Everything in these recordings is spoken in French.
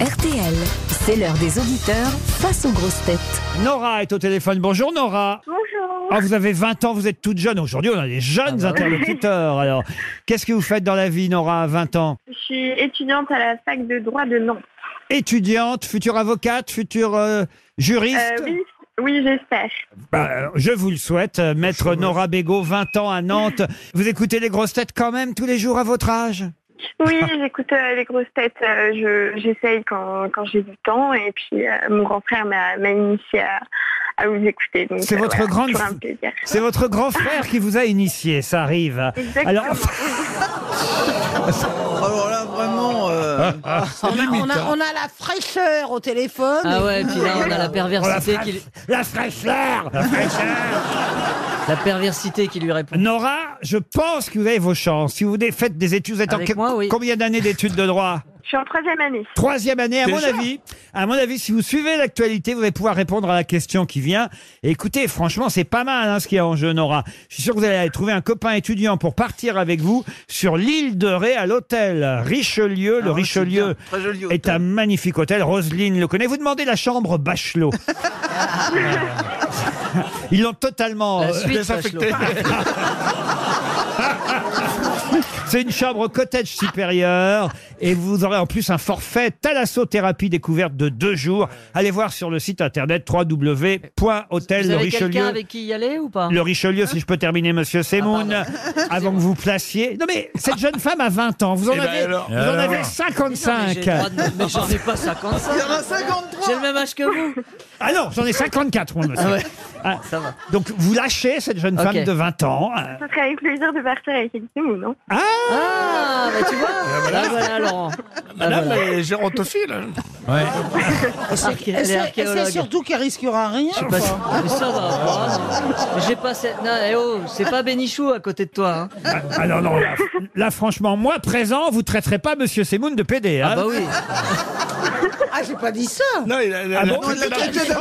RTL, c'est l'heure des auditeurs face aux grosses têtes. Nora est au téléphone. Bonjour Nora. Bonjour. Ah, vous avez 20 ans, vous êtes toute jeune. Aujourd'hui, on a des jeunes Ah bah interlocuteurs. Alors, qu'est-ce que vous faites dans la vie, Nora, à 20 ans Je suis étudiante à la fac de droit de Nantes. Étudiante, future avocate, future euh, juriste Euh, oui, oui j'espère. Bah, euh, Je vous le souhaite, euh, maître Nora Bégaud, 20 ans à Nantes. vous écoutez les grosses têtes quand même tous les jours à votre âge Oui, j'écoute euh, les grosses têtes. euh, je- J'essaye quand, quand j'ai du temps. Et puis, euh, mon grand frère m'a m'a initiée à, à vous écouter. donc, C'est euh, votre voilà, grande toujours f- un plaisir. C'est votre grand frère qui vous a initié, ça arrive. Exactement. Alors, Oh, Alors là, vraiment. euh, On a, on a- hein. on a la fraîcheur au téléphone. Ah ouais, et puis là, on a la perversité, fra- qui, la fraîcheur La fraîcheur la perversité qui lui répond. Nora, je pense que vous avez vos chances. Si vous dé- faites des études, vous êtes en Avec que- moi, oui. combien d'années d'études de droit Je suis en troisième année. Troisième année, à mon Déjà avis. À mon avis, si vous suivez l'actualité, vous allez pouvoir répondre à la question qui vient. Et écoutez, franchement, c'est pas mal hein, ce qu'il y a en jeu, Nora. Je suis sûr que vous allez aller trouver un copain étudiant pour partir avec vous sur l'île de Ré à l'hôtel Richelieu. Le c'est Richelieu bien. Très joli est hôtel. un magnifique hôtel. Roselyne le connaît. Vous demandez la chambre Bachelot. Ils l'ont totalement La euh, suite, désaffecté. C'est une chambre cottage supérieure et vous aurez en plus un forfait thalassothérapie découverte de deux jours. Allez voir sur le site internet Vous avez www.hôtelrichelieu. quelqu'un avec Ah, qui y aller ou pas Le Richelieu, si je peux terminer, monsieur Semoun, avant que vous placiez. Non, mais cette jeune femme a 20 ans. Vous en, Eh ben avez, alors. vous en avez Mais 55. j'ai le droit de- Mais j'en ai pas 55. Il y en a 53 J'ai le même âge que vous. Ah non, j'en ai 54, mon monsieur. Ah, Ça va. donc, vous lâchez cette jeune femme Ok. de 20 ans. Euh, Ce serait avec plaisir de partir avec Elisabeth ou non Ah Ah, bah tu vois. Là voilà, Laurent. Là, Madame voilà. est gérontophile. Et c'est- Arc- elle et est c'est- et archéologue. c'est surtout qu'elle risquera rien. Je suis pas sûr. Mais ça va. voilà. Mais J'ai pas cette. Non, eh oh, c'est pas Bénichou à côté de toi. hein. Ah, ah non, non, là, là, franchement, moi présent, vous traiterez pas Monsieur Semoun de PD. Hein Ah bah oui. Ah, j'ai pas dit ça. Non, il a, il a- Ah il a- Oh, bon il a- il a- J'ai dit ça. Non,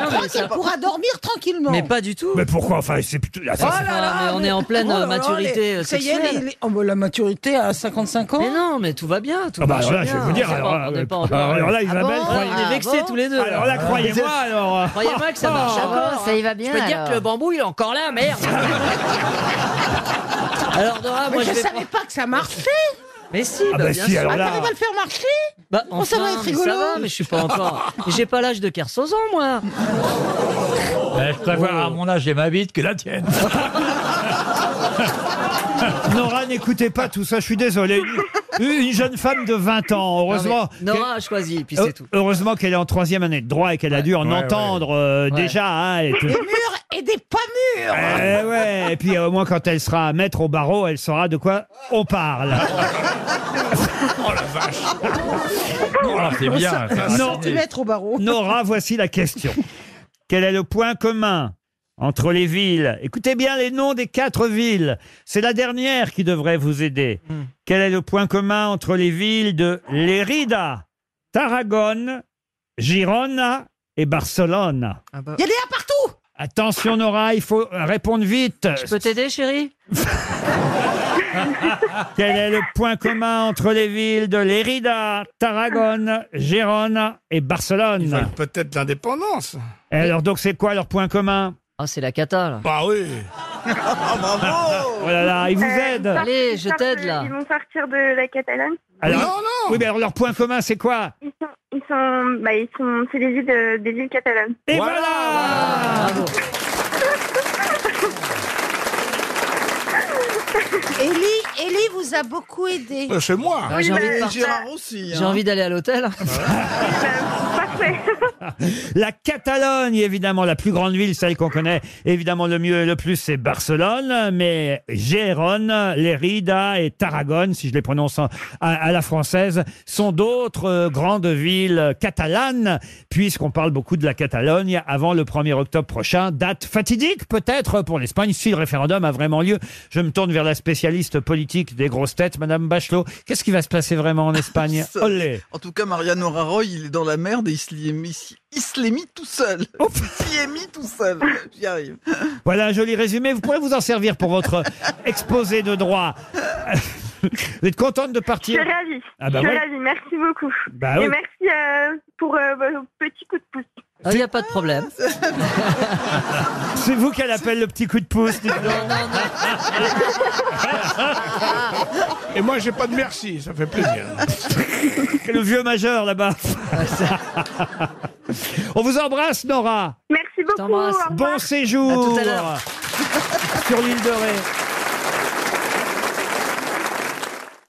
mais Tranquille, ça- pourra dormir tranquillement. Mais pas du tout. Mais pourquoi Enfin, c'est plutôt. ah, ça, Oh là c'est- Voilà, là, mais on est en pleine, oh là euh, là, maturité, les- euh, ça y est, les- sexuelle. les- oh, bah, la maturité à 55 ans. Mais non, mais tout va bien. Tout Ah bah, marche alors là, je bien. vais vous dire. On est Alors, pas- on est pas euh, encore- alors là, Ah Isabelle, bon croyez- On est vexés bon tous les deux. Alors là, croyez-moi, alors. euh, Croyez-moi que ça marche Oh, encore. hein. ça y va bien, Je peux te dire alors. que le bambou, il est encore là, merde. alors Nora, moi Mais je je vais. savais pas que ça marchait. Mais si, Ah bah, bah bien si, sûr. alors Ah, là. t'arrives à le faire marcher Bah, Oh, ça va enfin, être mais rigolo. Ça va, mais je suis pas encore. J'ai pas l'âge de Kersozan, moi. Ben, je Oh. préfère à mon âge et ma bite que la tienne. Nora, n'écoutez pas tout ça, je suis désolé. Une une jeune femme de 20 ans, heureusement. Oh. Non, mais Nora a choisi, puis qu'elle- c'est tout. Heureusement qu'elle est en troisième année de droit et qu'elle a dû en Ouais, entendre euh, Ouais. déjà. hein, et, tout. des murs et des pas murs. Eh ouais, et puis au moins quand elle sera à mettre au barreau, elle saura de quoi on parle. Oh Oh, Ah, c'est bien. Non. c'est raffiné. Centimètres au barreau. Nora, voici la question. Quel est le point commun entre les villes Écoutez bien les noms des quatre villes. C'est la dernière qui devrait vous aider. Quel est le point commun entre les villes de Lérida, Tarragone, Girona et Barcelone Ah bah. Il y a des A partout. Attention Nora, il faut répondre vite. Je peux t'aider, chérie Quel est le point commun entre les villes de Lérida, Tarragone, Girona et Ils Barcelone veulent peut-être l'indépendance. Et Alors donc c'est quoi leur point commun Ah, c'est la cata, là. Bah oui. Ah bravo. Oh là là, ils vous Euh, aident. ils Allez, partent- je ils t'aide, partent- là. Ils vont sortir de la Catalogne. Alors, non, non. Oui, mais alors leur point commun, c'est quoi Ils sont, ils sont, bah, ils sont, c'est des îles, euh, des îles catalanes. Et voilà, Voilà. Bravo. Ellie, Ellie vous a beaucoup aidé. Euh, C'est moi. Ah, J'ai envie de Et partir. Gérard aussi. hein. J'ai envie d'aller à l'hôtel. Bah, parfait. La Catalogne, évidemment, la plus grande ville, celle qu'on connaît évidemment le mieux et le plus, c'est Barcelone. Mais Gérone, Lérida et Tarragone, si je les prononce en- à, à la française, sont d'autres euh, grandes villes catalanes, puisqu'on parle beaucoup de la Catalogne avant le 1er octobre prochain. Date fatidique, peut-être, pour l'Espagne, si le référendum a vraiment lieu. Je me tourne vers la spécialiste politique des grosses têtes, Madame Bachelot. Qu'est-ce qui va se passer vraiment en Espagne Ça- Olé En tout cas, Mariano Raroy, il est dans la merde et il se l'est mis, il se l'est mis tout seul. Oh. Il s'y est mis tout seul. J'y arrive. Voilà un joli résumé. Vous pourrez vous en servir pour votre exposé de droit. Vous êtes contente de Je partir suis ravie. Ah bah je suis ouais. ravie. Merci beaucoup. Bah Et oui. merci euh, pour euh, vos petits coups de pouce. Il n'y Ah, a pas de problème. C'est vous qu'elle appelle le petit coup de pouce. dites donc. Et moi, j'ai pas de merci, ça fait plaisir. le vieux majeur là-bas. On vous embrasse, Nora. Merci beaucoup. t'embrasse. Au revoir. Bon séjour À tout à l'heure. sur l'île de Ré.